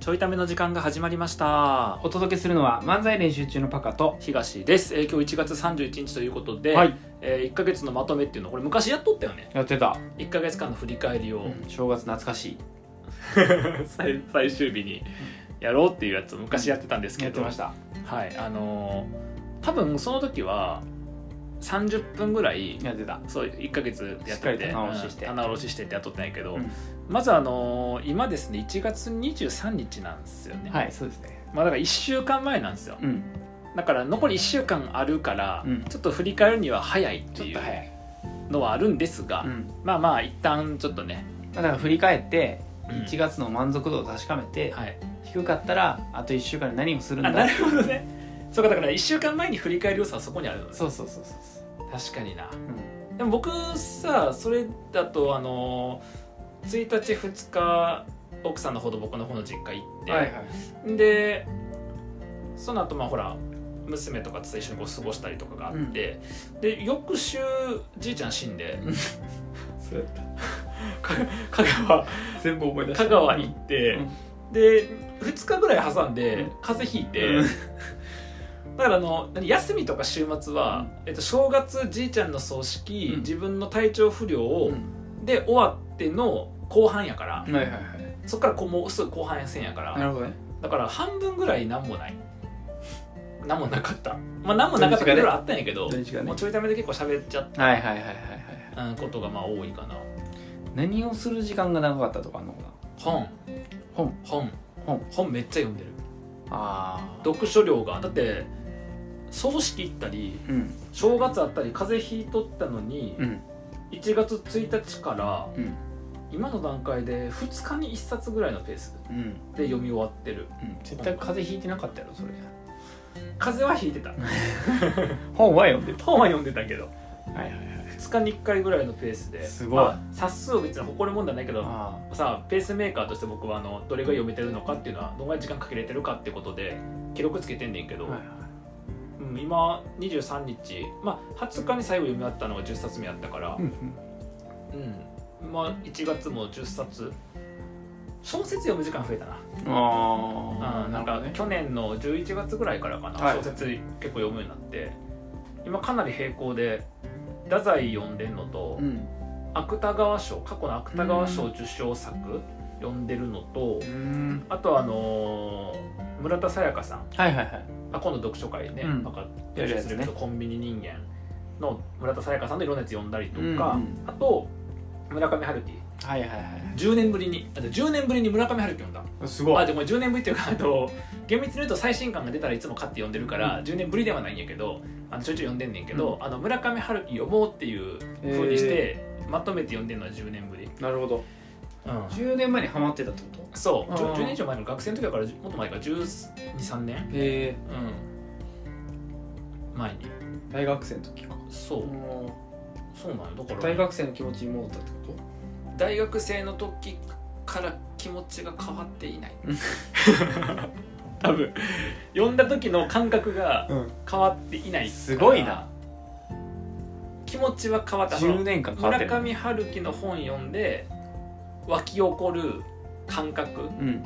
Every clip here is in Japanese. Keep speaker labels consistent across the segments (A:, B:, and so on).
A: ちょいための時間が始まりました
B: お届けするのは漫才練習中のパカと、
A: 東です、えー今日1月31日ということで、
B: はい
A: え1ヶ月のまとめっていうのこれ昔やっとったよね
B: やってた、
A: 1ヶ月間の振り返りを、
B: 正月懐かしい
A: 最最終日にやろうっていうやつを昔やってたんですけ
B: やっ
A: ど、
B: てました
A: はいあのー多分その時は30分ぐらい
B: やってた
A: そう1ヶ月やっ
B: しっか
A: て
B: り
A: て
B: 棚卸しして
A: うん棚卸ししてってやっとったんやけど、
B: うん
A: まずあのー今ですね1月23日なんですよね、
B: はいそうですね
A: まあだから1週間前なんですよ
B: うん
A: だから残り1週間あるから、
B: うん
A: ちょっと振り返るには早いっていう
B: い、
A: のはあるんですが、
B: うん、
A: まあまあ一旦ちょっとね、
B: だから振り返って
A: うん
B: 1月の満足度を確かめて、
A: はい、
B: 低かったらあと1週間で何をするん
A: あな
B: だ
A: るほどねそうかだから1週間前に振り返る良さはそこにあるのね
B: そうそうそうそうそ
A: 確かにな
B: う、う
A: でも僕さそれだとあのー1日2日奥さんの方と僕の方の実家行って、
B: ん、はいはい
A: でその後まあほら娘とかと一緒にこう過ごしたりとかがあって、で翌週じいちゃん死んで
B: そうやっ
A: か
B: た
A: 香川
B: 全部思い出
A: 香川行って、
B: うん
A: で2日ぐらい挟んで、
B: うん
A: 風邪ひいて、
B: うん
A: だからあの何休みとか週末は、えっと、正月じいちゃんの葬式、
B: うん
A: 自分の体調不良を、
B: うん
A: で終わっての後半やから、
B: はいはいはい
A: そっからこうもうすぐ後半やせんやから、
B: なるほどね
A: だから半分ぐらいなんもないなんもなかったまあなんもなかったからいろいろあったんやけど、
B: 土日がね
A: もうちょいためで結構喋っちゃっ
B: はいはいはいはいはい
A: たうんことがまあ多いかな
B: 何をする時間が長かったとかあんのかな
A: 本
B: 本
A: 本
B: 本
A: 本めっちゃ読んでる
B: ああ
A: 読書量がだって葬式行ったり
B: うん
A: 正月あったり風邪ひいとったのに
B: うん
A: 1月1日から
B: うん
A: 今の段階で2日に1冊ぐらいのペース
B: うん
A: で読み終わってる
B: うん絶対風邪ひいてなかったやろそれ
A: 風邪はひいてた
B: 本は読んでた
A: 本は読んでたけど
B: はいはいはい
A: 2日に1回ぐらいのペースです
B: ごい
A: まあ、冊数は別に誇るもんじゃないけど
B: あ
A: さあペースメーカーとして僕はあのどれが読めてるのかっていうのはどのぐらい時間かけれてるかってことで記録つけてんねんけ
B: あ
A: ど、
B: はいはい
A: うん、今23日、まあ、20日に最後読み終わったのが10冊目やったから
B: う、ん
A: うんまあ、1月も10冊小説読む時間増えたな、
B: うん
A: う
B: ああ
A: ん、なんか去年の11月ぐらいからかな、
B: はい
A: 小説結構読むようになって今かなり並行で太宰読んでんのと、
B: うん
A: 芥川賞過去の芥川賞受賞作読んでるのと、
B: うん
A: あとはあのー村田沙耶香さん
B: はいはいはい
A: あ今度読書会ね、
B: うん
A: なんか
B: やるやつ
A: す
B: ね
A: るけどコンビニ人間の村田沙耶香さんのいろんなやつ読んだりとか、
B: うんうん
A: あと村上春樹
B: はいはいは
A: 10年ぶりにあと10年ぶりに村上春樹読んだ
B: いす
A: あ
B: ごい
A: でも10年ぶりっていうかあと厳密に言うと最新刊が出たらいつも買って読んでるから、10年ぶりではないんやけどあのちょいちょい読んでんねんけど、あの村上春樹読もうっていうふうにして、まとめて読んでるのは10年ぶり、
B: なるほど
A: うん
B: 10年前にハマってたってこ
A: そう
B: あ
A: 10,
B: ー
A: 10年以上前の学生の時だからもっと前から123年
B: とへえ
A: うん前に
B: 大学生の時か
A: そうそうなのだから
B: 大学生の気持ちに戻ったってこ
A: 大学生の時から気持ちが変わっていない 多分読んだ時の感覚が
B: とうん
A: 変わっていないから
B: すごいな
A: 気持ちは変わったその
B: 10年間変わって
A: 村
B: る
A: 上春樹の本読んで湧き起こる感覚
B: うん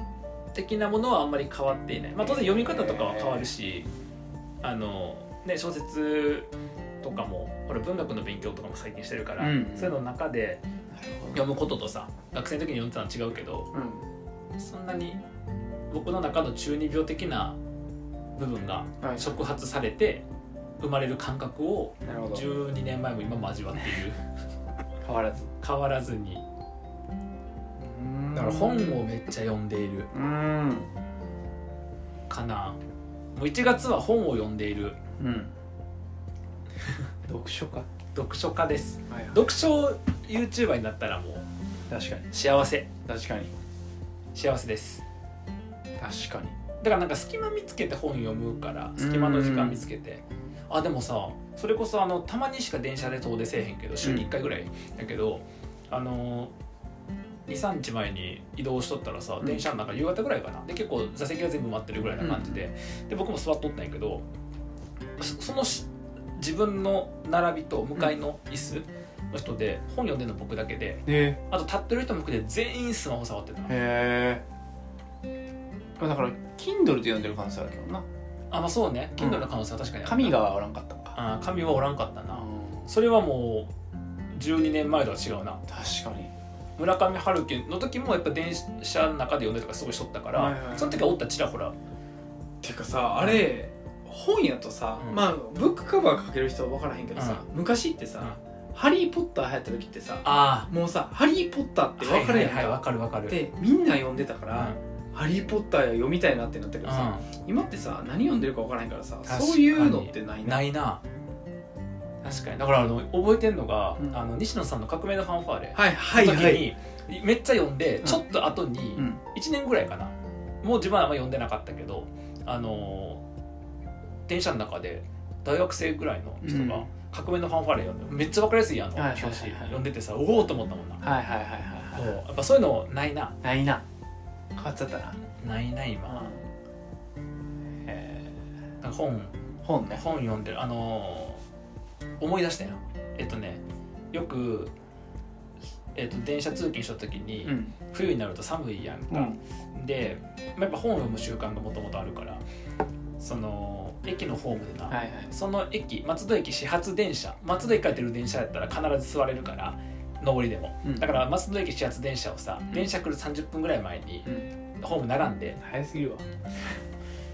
A: 的なものはあんまり変わっていない、まあ、当然読み方とかは変わるし、あのね、小説とかもほら文学の勉強とかも最近してるから、
B: うん
A: そういうのの中で
B: なるほど
A: 読むこととさ学生の時に読んでたの違うけど
B: うん
A: そんなに僕の中の中二病的な部分が
B: はい
A: 触発されて生まれる感覚を
B: なるほど
A: 12年前も今も味わっている
B: 変わらず
A: 変わらずにだから本をめっちゃ読んでいる
B: うん
A: かなもう1月は本を読んでいる
B: うん 読書か
A: 読書家です
B: はいはい
A: 読書 YouTuber になったらもう
B: 確かに
A: 幸せ
B: 確かに
A: 幸せです
B: 確かに
A: だからなんか隙間見つけて本読むから隙間の時間見つけてあでもさそれこそあのたまにしか電車で遠出せえへんけど週に1回ぐらいだけど、あの23日前に移動しとったらさ
B: うん
A: 電車の中夕方ぐらいかなで結構座席が全部埋まってるぐらいな感じで、で僕も座っとったんやけどそそのし自分の並びと向かいの椅子の人で本読んでるの僕だけで
B: へ
A: あと立ってる人も含めて全員スマホ触ってた
B: えまあだから Kindle で読んでる可能性あるけどな
A: あまあそうね Kindle の可能性は確かにあるな
B: 紙がおらんかったんか
A: あー紙はおらんかったな
B: うん
A: それはもう12年前とは違うな
B: 確かに
A: 村上春樹の時もやっぱ電車の中で読んでとかすごいしとったから、
C: はいはいはい
A: その時はおったちらほら
C: てかさあれ本やとさ、
A: うん
C: まあブックカバーかける人は分からへんけどさ、昔ってさ「ハリー・ポッター」流行った時ってさ
A: あ
C: もうさ「ハリー・ポッター」って分かるやんか、
A: はいはいはいわかるわかる
C: でみんな読んでたか
A: うん
C: ら「ハリー・ポッター」や読みたいなってなったけどさ、今ってさ何読んでるか分からへんからさ
A: 確かに
C: そういうのってないな
A: ないな確かにだからあの覚えてんのが、
C: うん
A: あの西野さんの「革命のファンファーレ」
C: はいはい
A: の時
C: はい
A: に、めっちゃ読んで、
C: ん
A: ちょっと後に
B: うん
A: 1年ぐらいかなもう自分はあんま読んでなかったけどあのー電車の中で大学生ぐらいの人
B: う
A: が
B: ん
A: 「革命のファンファーレ」読んでめっちゃ分かりやすいやんあの
B: はい
A: 表紙
B: はいはいはい
A: 読んでてさおおと思ったもんな
B: はいはいはいはい
A: そう
B: はい
A: やっぱそういうのないな
B: ないな変わっちゃったな
A: ないな今
B: え
A: なんか本
B: ー本ね
A: 本読んでるあのー思い出したよえっとねよく、えっと、電車通勤した時に、
B: うん
A: 冬になると寒いやんか、で、まあ、やっぱ本を読む習慣がもともとあるからその駅のホームでな、
B: はいはい
A: その駅松戸駅始発電車松戸駅から出る電車やったら必ず座れるから上りでも
B: うん
A: だから松戸駅始発電車をさ、
B: ん
A: 電車来る30分ぐらい前に
B: う
A: ホーム並んで
B: 早すぎるわ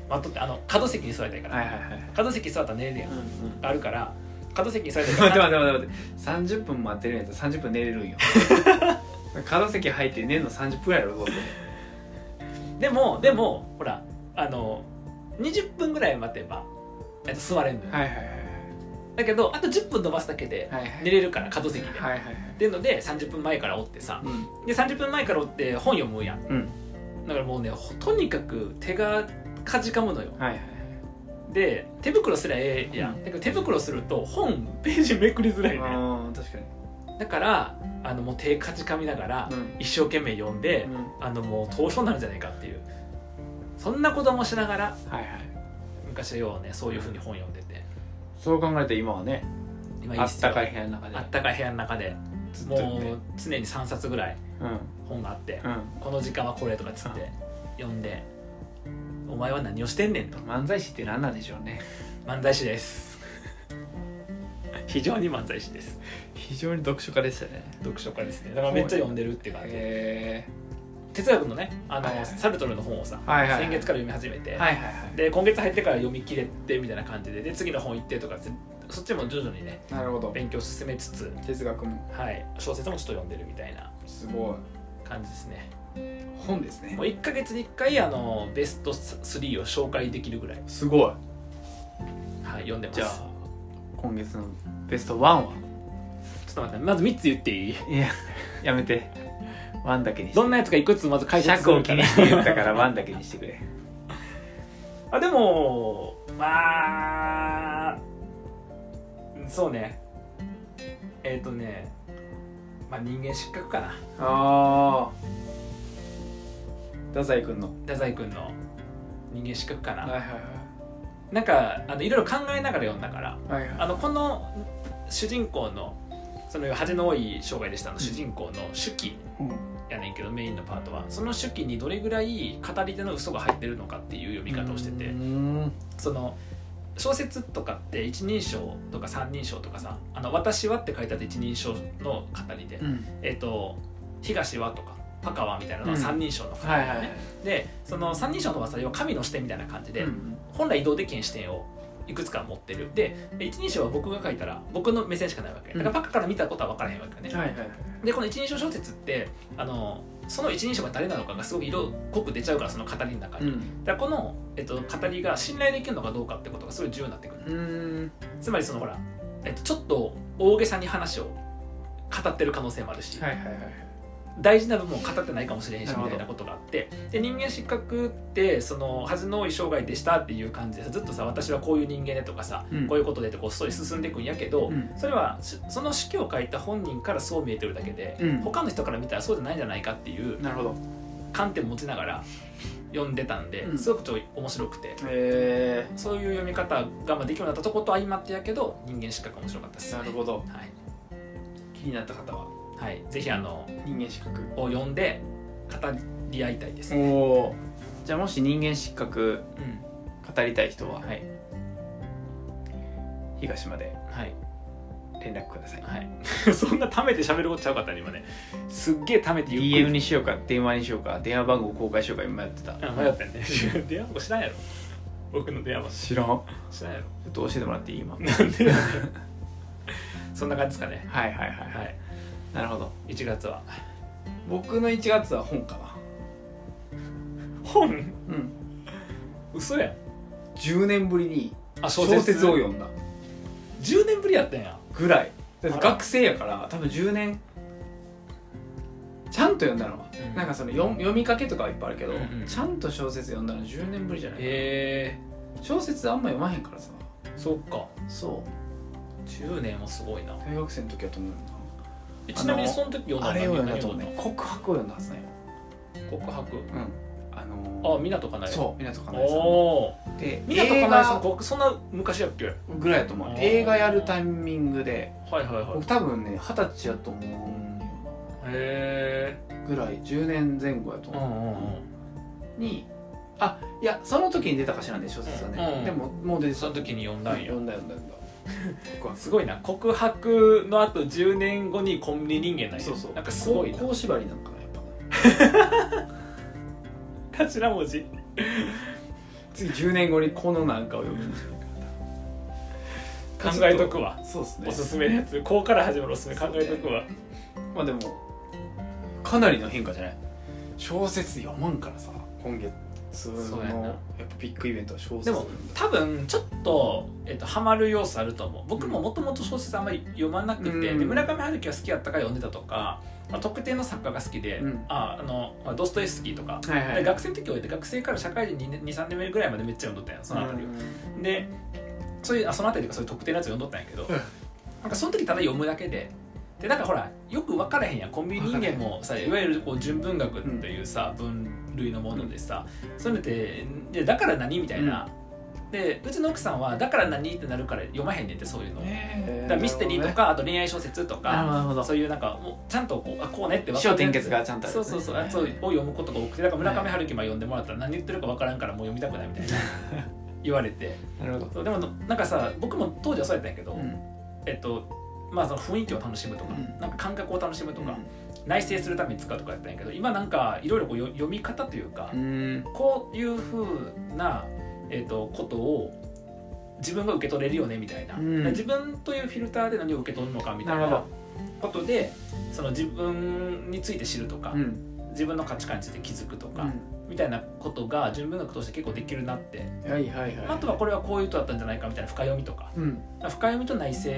A: 待っとってあの角席に座りたいから、
B: はいはいはい
A: 角席座ったら寝れるやん、
C: うんうん
A: あるから角席に座りたい
C: 待
A: か
C: って
A: ら
C: 待って待って待って30分待ってるんやつ30分寝れるん よ角席入って寝るの30分ぐらいやろどうせ
A: でもでもほらあの20分ぐらい待てば、えっと、座れるのよ、
C: はいはい
A: だけどあと10分伸ばすだけで
C: はいはいはい
A: 寝れるから角席で、
C: はいはいはい
A: っていうので30分前からおってさ
C: うん
A: で30分前からおって本読むやん
B: うん
A: だからもうねほとにかく手がかじかむのよ
C: はいはい
A: で手袋すりゃええやん、だけど手袋すると本ページめくりづらいね
C: あー確かに
A: だからあのもう手かじかみながら
C: うん
A: 一生懸命読んで、あのもう投書になるんじゃないかっていうそんなこともしながら
B: はいはい
A: 昔はようねそういうふうに本読んでて
B: そう考えると今はね
A: 今いい
B: あ
A: っ
B: っ
A: すよ
B: たかい部屋の中で
A: あったかい部屋の中で
B: ずっと
A: も
B: 読んで
A: う常に3冊ぐらい
B: うん
A: 本があって
B: うん
A: この時間はこれとかっつって読んで「お前は何をしてんねん」と
B: 漫才師って何なんでしょうね
A: 「漫才師です」非常に漫才師です
B: 非常に読書家でしたね
A: 読書家ですねだからめっちゃ読んでるっていう感じ
B: へ
A: 哲学のねあの、
B: はいはい
A: サルトルの本をさ、
B: はいはいはい
A: 先月から読み始めて、
B: えはいはいはい
A: で今月入ってから読み切れてみたいな感じでで次の本行ってとかってそっちも徐々にね
C: なるほど
A: 勉強進めつつ、
C: 哲学も
A: はい、小説もちょっと読んでるみたいな
C: すごい
A: 感じですね
C: 本ですね
A: もう1か月に1回あのベスト3を紹介できるぐらい、
C: すごい
A: はい、読んでます
B: じゃあ今月のベスト1は
A: ちょっと待ってまず3つ言っていい
B: いややめて1だけにして
A: どんなやつかいくつまず解説す
B: 尺を
A: る
B: 気
A: か
B: に
A: ら
B: して言ったから1だけにしてくれ
A: あでもまあうんそうねえっ、とねまあ人間失格かな
C: ああ太宰君の
A: 太宰君の人間失格かな、
C: い
A: なんかあのいろいろ考えながら読んだから
C: はいはい
A: あのこの主人公のその恥の多い生涯でしたの主人公の手記やねんけどメインのパートはその手記にどれぐらい語り手の嘘が入ってるのかっていう読み方をしてて
B: うん
A: その小説とかって一人称とか三人称とかさ「あの私は」って書いてあって一人称の語りで「
B: うん
A: えっと東は」とか「パカは」みたいなのは
B: うん
A: 三人称の語りで,、ね
B: はいはいはい
A: でその三人称のはさ要は神の視点みたいな感じで、
B: うん
A: 本来移動できへん視点をいくつか持ってるで一人称は僕が書いたら僕の目線しかないわけだからパカから見たことは分からへんわけよね、
C: はいはいはい
A: でこの一人称小説ってあのその一人称が誰なのかがすごく色濃く出ちゃうからその語りの中に。
B: うん
A: だからこの、えっと、語りが信頼できるのかどうかってことがすごい重要になってくる
C: うん
A: つまりそのほら、えっと、ちょっと大げさに話を語ってる可能性もあるし、
C: はいはいはい
A: 大事な部分を語ってないかもしれへんし
B: な
A: み
B: るほど
A: たいなことがあってで人間失格ってその恥の多い生涯でしたっていう感じでさずっとさ私はこういう人間でとかさ、
B: うん
A: こういうことでってこうストーリー進んでいくんやけど、
B: うん
A: それはしその手記を書いた本人からそう見えてるだけで、
B: うん
A: 他の人から見たらそうじゃないんじゃないかっていう
B: なるほど
A: 観点を持ちながら読んでたんで、
B: うん
A: すごくちょっと面白くて。
C: え
A: そういう読み方がまあできるようになったとこと相まってやけど人間失格面白かったです、
C: なるほど
A: はい、
C: 気になった方は
A: はい、ぜひあの
C: 人間失格
A: を読んで語り合いたいです
C: おお
D: じゃあもし人間失格
A: うん
D: 語りたい人は
A: はい
D: 東まで
A: はい
D: 連絡ください
A: はい そんな貯めて喋ることちゃうかったね今ねすっげえ貯めてゆっくり
D: DM にしようか電話にしようか電話番号公開しようか今やってた
A: あ迷ったよね 電話番号知らんやろ僕の電話番
D: 知らんちょ
A: 号知らん やろ
D: っと教えてもらっていい今はい
A: なんでなんでそんな感じですかね
D: はいはいは
A: はいい
D: なるほど
A: 1月は
B: 僕の1月は本かな
A: 本
B: うん
A: 嘘やん
B: 10年ぶりに
A: あ
B: 小説を読んだ
A: 10年ぶりやったんや
B: ぐらいだって
A: あら
B: 学生やから多分10年ちゃんと読んだのは、
A: うん
B: なんかその読読みかけとかはいっぱいあるけど、
A: うんうん
B: ちゃんと小説読んだの10年ぶりじゃない、
A: へえ
B: 小説あんま読まへんからさ
A: そっか
B: そう
A: 10年もすごいな
B: 大学生の時やと思うよ
A: えちなみにその時読ん
B: な
A: だ
B: あれを読んだ
A: 何
B: と思うね告白を読んだはずなんよ
A: 読んだ告白
B: うんあ
A: あ
B: の
A: 港かなえ
B: そう港かなえさんの
A: おお
B: で
A: 湊
B: 映
A: かなえさん
B: 画
A: 僕そんな昔やっけはい
B: ぐらいだと思う
A: あー
B: 映画やるタイミングで
A: はいはい
B: 僕多分ね二十歳やと思うんよ
A: へえ
B: なぐらい10年前後やと
A: うんう
B: 思
A: んうん
B: うにあいやその時に出たかしらね小説は
A: う
B: ね
A: ん
B: でももう出てた
A: その時に読んだんや
B: 読んだ読んだ読んだ僕は
A: すごいな告白のあと10年後にコンビニ人間なんや
B: そうそう
A: なんかすごいな
B: こうこう縛りなんかなやっぱ
A: 頭文字
B: 次10年後にこのなんかを読むんじ
A: 考
B: ゃないかな
A: えとくわ
B: そうですね
A: おすすめのやつこうから始まるおすすめ考えとくわ
B: まあでもかなりの変化じゃない小説読まんからさ今月
A: そ
B: の
A: うやんな
B: やっぱビッグイベントは小説
A: でも多分ちょっと、えっと、ハマる要素あると思う僕ももともと小説あんまり読まなくて、
B: うん
A: で村上春樹が好きやったから読んでたとか、まあ、特定の作家が好きで、
B: うん
A: ああのまあドストエフスキーとか、
B: はいはい
A: で学生の時終えて学生から社会人23年目ぐらいまでめっちゃ読んどったんやその辺りを、でそういうあその辺りとかそういう特定のやつ読んどったんやけど、
B: ん
A: なんかその時ただ読むだけででなんかほらよく分からへんやんコンビニ人間もさいわゆるこう純文学っていうさ、分類のものでさそういうのってでだから何みたいな、でうちの奥さんはだから何ってなるから読まへんねんってそういうの、だからミステリーとか、あと恋愛小説
D: な
A: と
D: るほ
A: か
D: どなるほど
A: そういうなんかもうちゃんとこうあこうねって分
D: 起
A: か
D: 承
A: る
D: 転結がちゃんとある
A: そ
D: やつね
A: うそうそう、
D: は
A: あ
D: い
A: そうを読むことが多くてだから村上春樹も読んでもらったら何言ってるか分からんからもう読みたくないみた いな言われて
D: なるほど
A: そうでもなんかさ僕も当時はそうやったんやけど、
D: うん
A: えっとまあその雰囲気を楽しむと
D: う
A: か、
D: ん
A: なんか感覚を楽しむと
D: と
A: か、
D: か
A: 内省するために使うとかやったんやけど今なんかいろいろこうよ読み方というか、
D: うん
A: こういうふうな、えっとことを自分が受け取れるよねみたいな、
D: うん
A: 自分というフィルターで何を受け取るのかみたい
D: なる
A: な
D: ほ
A: ことでその自分について知るとか、
D: うん
A: 自分の価値観について気づくとか、
D: うん
A: みたいなことが純文学として結構できるなって、
D: はいはいはい
A: あとはこれはこういうとだったんじゃないかみたいな深読みとか
D: うん
A: 深読みと内省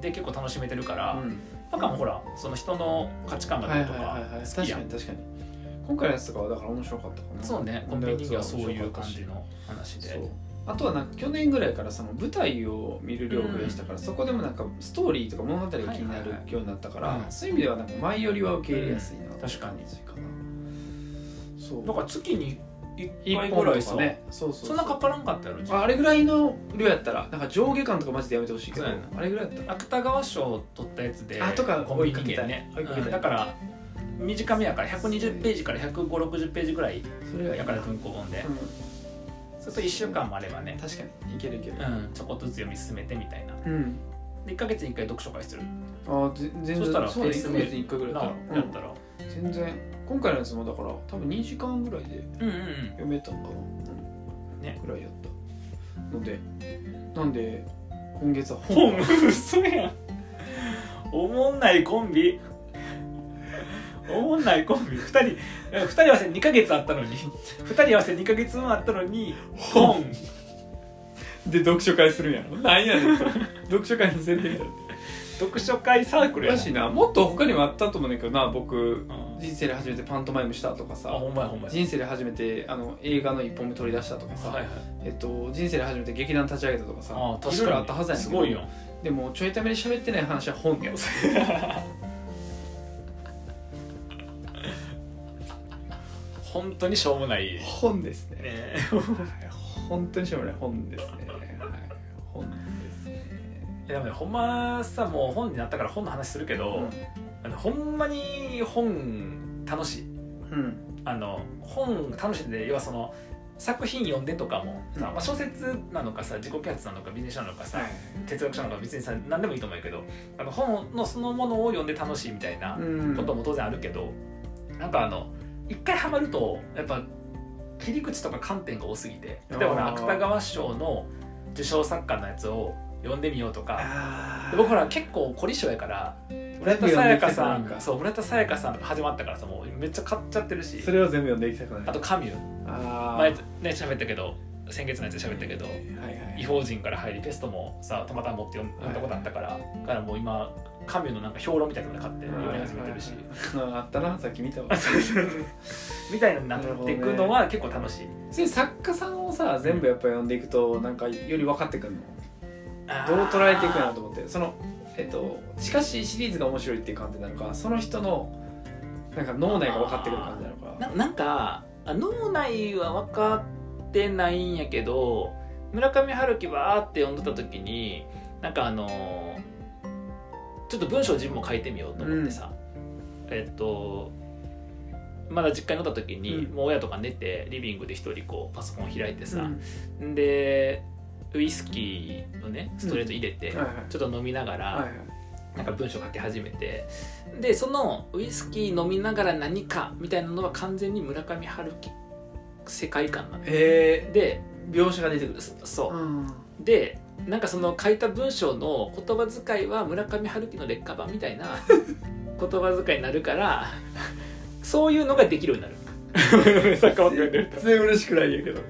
A: で結構楽しめてるから。
D: うん
A: なんかもうほらその人の価値観が
B: はい
A: どう
B: はい
A: と
B: はい
A: か
B: はい
A: 好
B: 確
A: きや
B: か
A: ん
B: に確かに今回のやつとかはだから面白かったかな
A: そうねコンビニにはそういう感じの話
B: そう
A: で
B: あとはなんか去年ぐらいからその舞台を見る量が増やしたから、そこでもなんかストーリーとか物語が気にな
A: は
B: る
A: いはいはい
B: ようになったから、
A: うん
B: そういう意味ではなんか前よりは受け入れやすいな、
A: 確かに
B: って感じかなそう
A: だから月に1
B: 一
A: 回
B: 本
A: ぐ
B: ぐ
A: ら
B: ら
A: い
B: い
A: さ
B: さねそうそう
A: そんなかからんかったやろうち
B: ああれぐらいの量やったらなんか上下感とかマジでやめてほしいけど、
A: そうやな
B: あれぐらいやったら
A: 芥川賞を取ったやつで
B: あとか
A: コンビニ人間ね
B: 追いかけたい
A: うんだから短めやから120ページから15060ページぐらい
B: それがいい
A: や
B: な
A: から文庫本で
B: うん
A: それと1週間もあればね
B: 確かにいけるいける
A: うんちょこっとずつ読み進めてみたいな
B: うん、
A: で1か月に1回読書会する
B: あぜ全然
A: そしたら
B: そうね
A: ペース
B: 1
A: メール
B: ヶ月に1回ぐらい
A: な
B: や
A: や
B: ったら、うん
A: ったら
B: 全然今回のやつもだから多分2時間ぐらいで
A: うんうんうん
B: 読めたんかな、
A: ね
B: ぐらいやったのでなんで今月は本
A: 本嘘やんおもんないコンビおもんないコンビ2人2人合わせ2ヶ月あったのに2人合わせ2ヶ月分あったのに本
B: で読書会するんやろなんやねんそれ読書会の宣伝みたいな
A: 読書会サークルや
B: ら
A: な
B: しいなもっと他にもあったと思うねんけどな僕
A: うん
B: 人生で初めてパントマイムしたとか
A: あ
B: さ
A: ほんまやほんまや
B: 人生で初めてあの映画の一本目取り出したとかさ、
A: はいはい
B: えっと、人生で初めて劇団立ち上げたとかさ
A: あ
B: い
A: 確
B: ろいろ
A: か
B: あったはずや
A: に
B: ねん
A: す
B: けど
A: ごいよ
B: でもちょいために喋ってない話は本やろ
A: 本当にしょうもないね
B: 本ですねはい本当にしょうもない本ですね。はい、本ですね。
A: いやでもねほんまさもう本になったから本の話するけど、あのほんまに本楽しい
B: うんうん
A: あの本楽しんで要はその作品読んでとかもさ、
B: うん
A: まあ、小説なのかさ自己啓発なのかビジネス書なのかさ、
C: はい
A: 哲学書なのか別にさ何でもいいと思うけどあの本のそのものを読んで楽しいみたいな
B: うん
A: ことも当然あるけど、なんかあの一回ハマるとやっぱ切り口とか観点が多すぎて例えばほら
B: あー
A: 芥川賞の受賞作家のやつを読んでみようとか
B: あ
A: で僕ほら結構凝り性やから村田
B: 全部読
A: 沙
B: ん
A: 也
B: でき
A: 加
B: たく
A: さ
B: なる
A: ん
B: んか
A: そう村田沙也加さんとか始まったからさもうめっちゃ買っちゃってるし
B: それを全部読んでいきたくない
A: あとカミュ
B: あ
A: 前ね喋ったけど先月のやつで喋ったけど
B: はいは
A: 「異
B: い
A: 邦人」から入りペストもさたまたま持って読ん読んだことあったから、だからもう今カミュのなんか評論みたいなの買って読み始めてるし、
B: あったなさっき見たわ
A: みたいになっていくのは結構楽しい、
B: それ作家さんをさ全部やっぱ読んでいくとなんかより分かってくるのどう捉えていくのかなと思ってそのえっとしかしシリーズが面白いっていう観点なのかその人のなんか脳内が分かってくる感じなのか
A: ななんかあ脳内は分かってないんやけど村上春樹ばーって読んでた時になんかあのーちょっと文章を自分も書いてみようと思ってさ、えっとまだ実家におった時に、
B: うん
A: もう親とか寝てリビングで一人こうパソコン開いて
B: う
A: さ、
B: ん
A: でウイスキーをねストレート入れて、
B: はいはい
A: ちょっと飲みながら、
B: はいはい
A: なんか文章書き始めてでそのウイスキー飲みながら何かみたいなのは完全に村上春樹世界観なの
B: え
A: で
B: ー、描写が出てくる
A: そそう、
B: ん
A: でなんかその書いた文章の言葉遣いは村上春樹の劣化版みたいな 言葉遣いになるからそういうのができるよう にな る作家は読んでると
B: 全然嬉しくないんやけど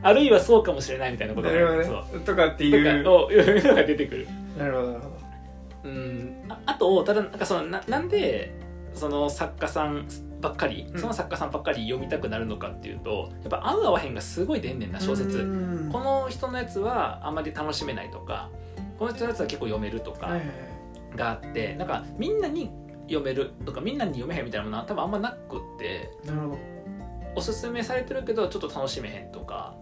A: あるいはそうかもしれないみたいなこと
B: な
A: が
B: る
A: そ
B: ほ
A: う
B: どねとかっ て
A: と
B: いう
A: かをいうのが出てくる
B: なるほどなるほど
A: うん、ああとただなんかそのななんでその作家さんばっかり
B: うん
A: その作家さんばっかり読みたくなるのかっていうとやっぱ合う合わへんがすごい出んねんな小
B: う
A: 説
B: ん
A: この人のやつはあんまり楽しめないとかこの人のやつは結構読めると
B: はい
A: か
B: はい
A: があってなんかみんなに読めるとかみんなに読めへんみたいなものは多分あんまなくって
B: なるほど
A: おすすめされてるけどちょっと楽しめへんとか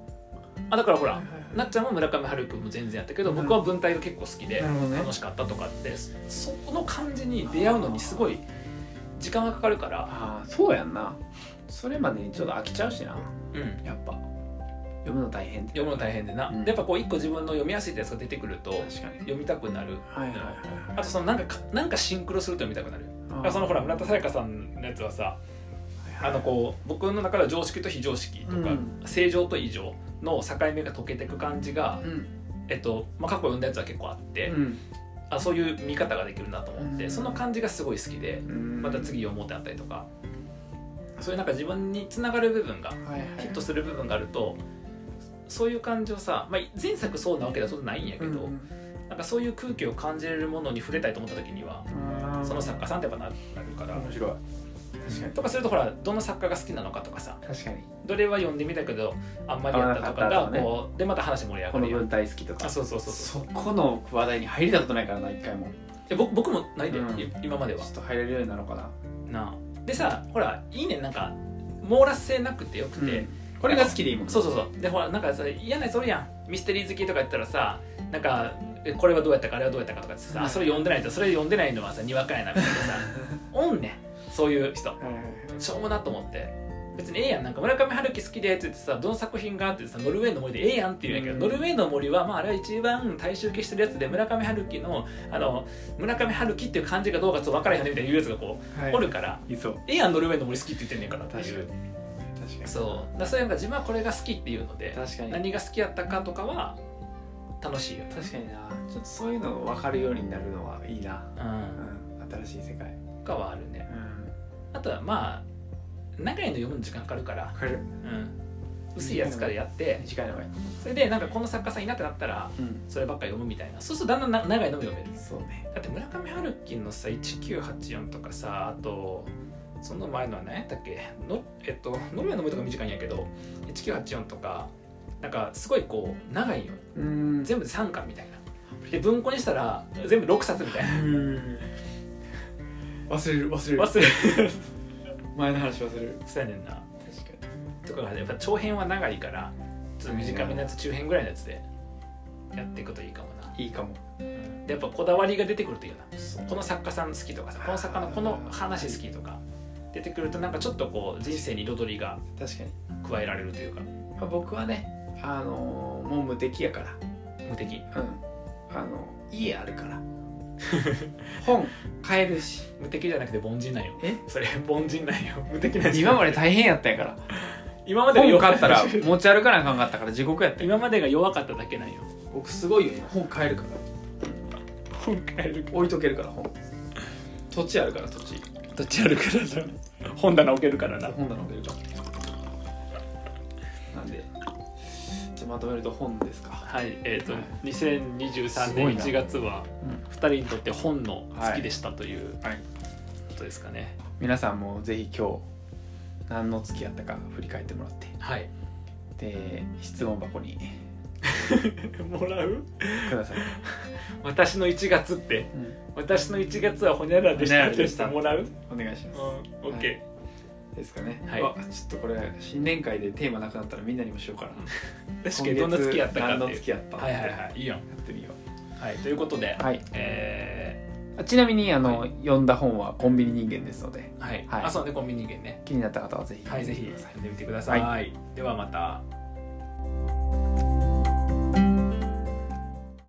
A: あだからほらなっちゃんも村上春樹も全然やったけど僕は文体が結構好きで
B: なるほどね
A: 楽しかったとかってそそこの感じに出会うのにすごい時間がかかるから、
B: ああそうやんなそれまでにちょっと飽きちゃうしな
A: うん、
B: やっぱ読むの大変って
A: 読むの大変でな、
B: うん
A: でやっぱこう一個自分の読みやすいやつが出てくると
B: 確かに
A: 読みたくなる
B: はいはいはい
A: あとそのなんかかなんかシンクロすると読みたくなるだからそのほら村田沙耶香さんのやつはさあのこう僕の中では常識と非常識とか、
B: うん
A: 正常と異常の境目が解けていく感じが、
B: うん
A: えっとまあ、過去読んだやつは結構あって、
B: うん
A: あそういう見方ができるなと思って、
B: うん
A: その感じがすごい好きで
B: うん
A: また次読もうってあったりとかそういうなんか自分につながる部分が
B: はいはい
A: ヒットする部分があるとそういう感じをさ、まあ、前作そうなわけだとないんやけど、
B: うん
A: なんかそういう空気を感じれるものに触れたいと思った時には
B: あー
A: その作家さんってやっぱななるから。
B: 面白い
A: とかするとほらどの作家が好きなのかとかさ
B: 確かに
A: どれは読んでみたけどあんまりやったとか
B: 合わなか
A: が
B: ったとかね
A: こうでまた話盛り上
B: こ
A: が
B: の
A: るよ
B: 文体好きとか
A: あそうそうそうそう
B: そこの話題に入れたことないからな一回も
A: え僕僕もないで、
B: うん
A: い今まで
B: ちょ
A: は
B: っと入れるようになるのかな
A: なあでさほらいいねんなんか網羅性なくてよくて、
B: うんこれが好きでいいもん
A: そうそうそうでほらなんかさ嫌なやつおるやんミステリー好きとか言ったらさなんかえこれはどうやったかあれはどうやったかとかってさ、
B: うん
A: あそれ読んでないとそれ読んでないのはさにわかやなみたいなさ おんねんそういう人
B: はいはいはい
A: しょうもなと思って別にええやんなんか村上春樹好きでって言ってさどの作品がって言ってさノルウェーの森でええやんって言うんやけど、
B: うん
A: ノルウェーの森はまああれは一番大衆受けしてるやつで村上春樹のあの村上春樹っていう漢字がどうかちょっと分からへんねみたいな言うやつがこう、
B: はい
A: おるから
B: いそう
A: ええやんノルウェーの森好きって言ってんねんからってい
B: 確かに
A: う
B: 確かに
A: そうだからそういうなんか自分はこれが好きっていうので
B: 確かに
A: 何が好きやったかとかは楽しいよね、
B: 確かになちょっとそういうの分かるようになるのはいいな、
A: う、
B: うんん、新しい世界
A: とかはあるね
B: うん
A: あとはまあ長いの読むの時間かかるから、
B: 分か
A: う
B: る
A: ん、薄いやつからやって
B: 短いのがいい
A: それでなんかこの作家さんいいなってなったら
B: うん
A: そればっか読むみたいなそうするとだんだんな長いのも読める
B: そうね
A: だって村上春樹のさ1984とかさあとその前のは何やったっけのえっとノルウェーの森とか短いんやけど1984とかなんかすごいこう長いんよ
B: うん
A: 全部で3巻みたいなで文庫にしたら全部6冊みたいな
B: うん忘れる忘れる
A: 忘れる
B: 前の話忘れる
A: そうやねんな
B: 確か
A: とかがやっぱ長編は長いからちょっと短めのやつ中編ぐらいのやつでやっていくといいかもな
B: にいいかも
A: でやっぱこだわりが出てくるといいよなこの作家さん好きとかさこの作家のこの話好きとか出てくるとなんかちょっとこう人生に彩りが
B: 確かに、
A: 加えられるというか
B: まあ、僕はねあのーもう無敵やから
A: 無敵
B: うんあの家ある から本買えるし
A: 無敵じゃなくて凡人なんよ
B: え
A: それ凡人なんよ無敵なんよ
B: 今まで大変やったんやから
A: 今までが
B: 本
A: 弱
B: 買った ら持ち歩かなあかんかったから地獄やったよ
A: 今までが弱かっただけなんよ
B: 僕すごいよ今本買えるから
A: 本買える
B: 置いとけるから本土地あるから土地
A: どっちあるからな 本棚置けるからな
B: 本棚置けるからなんでじゃあまとめると本ですか
A: はいえっ、と、
B: はい
A: 2023
B: すごい
A: 年
B: な
A: 1月は
B: うん
A: 2人にとって本の月でしたという、
B: はいはい
A: ことですかね
B: 皆さんもぜひ今日何の月やったか振り返ってもらって
A: はい
B: で質問箱に
A: もらう
B: ください、
A: 私の1月って私の1月はほにゃららでし
B: ほに
A: た
B: ゃららでした
A: ってもらう、
B: お願いし
A: うん、
B: ます、
A: オッケ
B: ですかね、
A: はい
B: わちょっとこれ新年会でテーマなくなったらみんなにもしよ うかな
A: ー確かにどんな月やったか
B: 何
A: っ
B: の
A: ていう
B: 月やった
A: はいはいはいいいよ
B: やってみよう
A: はいということで、
B: はい
A: え
B: ちなみにあの、
A: は
B: 読んだ本は「コンビニ人間」ですので
A: ーはい、
B: はい
A: あそうねコンビニ券ね
B: 気になった方はぜひ
A: はいぜひ読んでみてください、
B: は
A: ではまた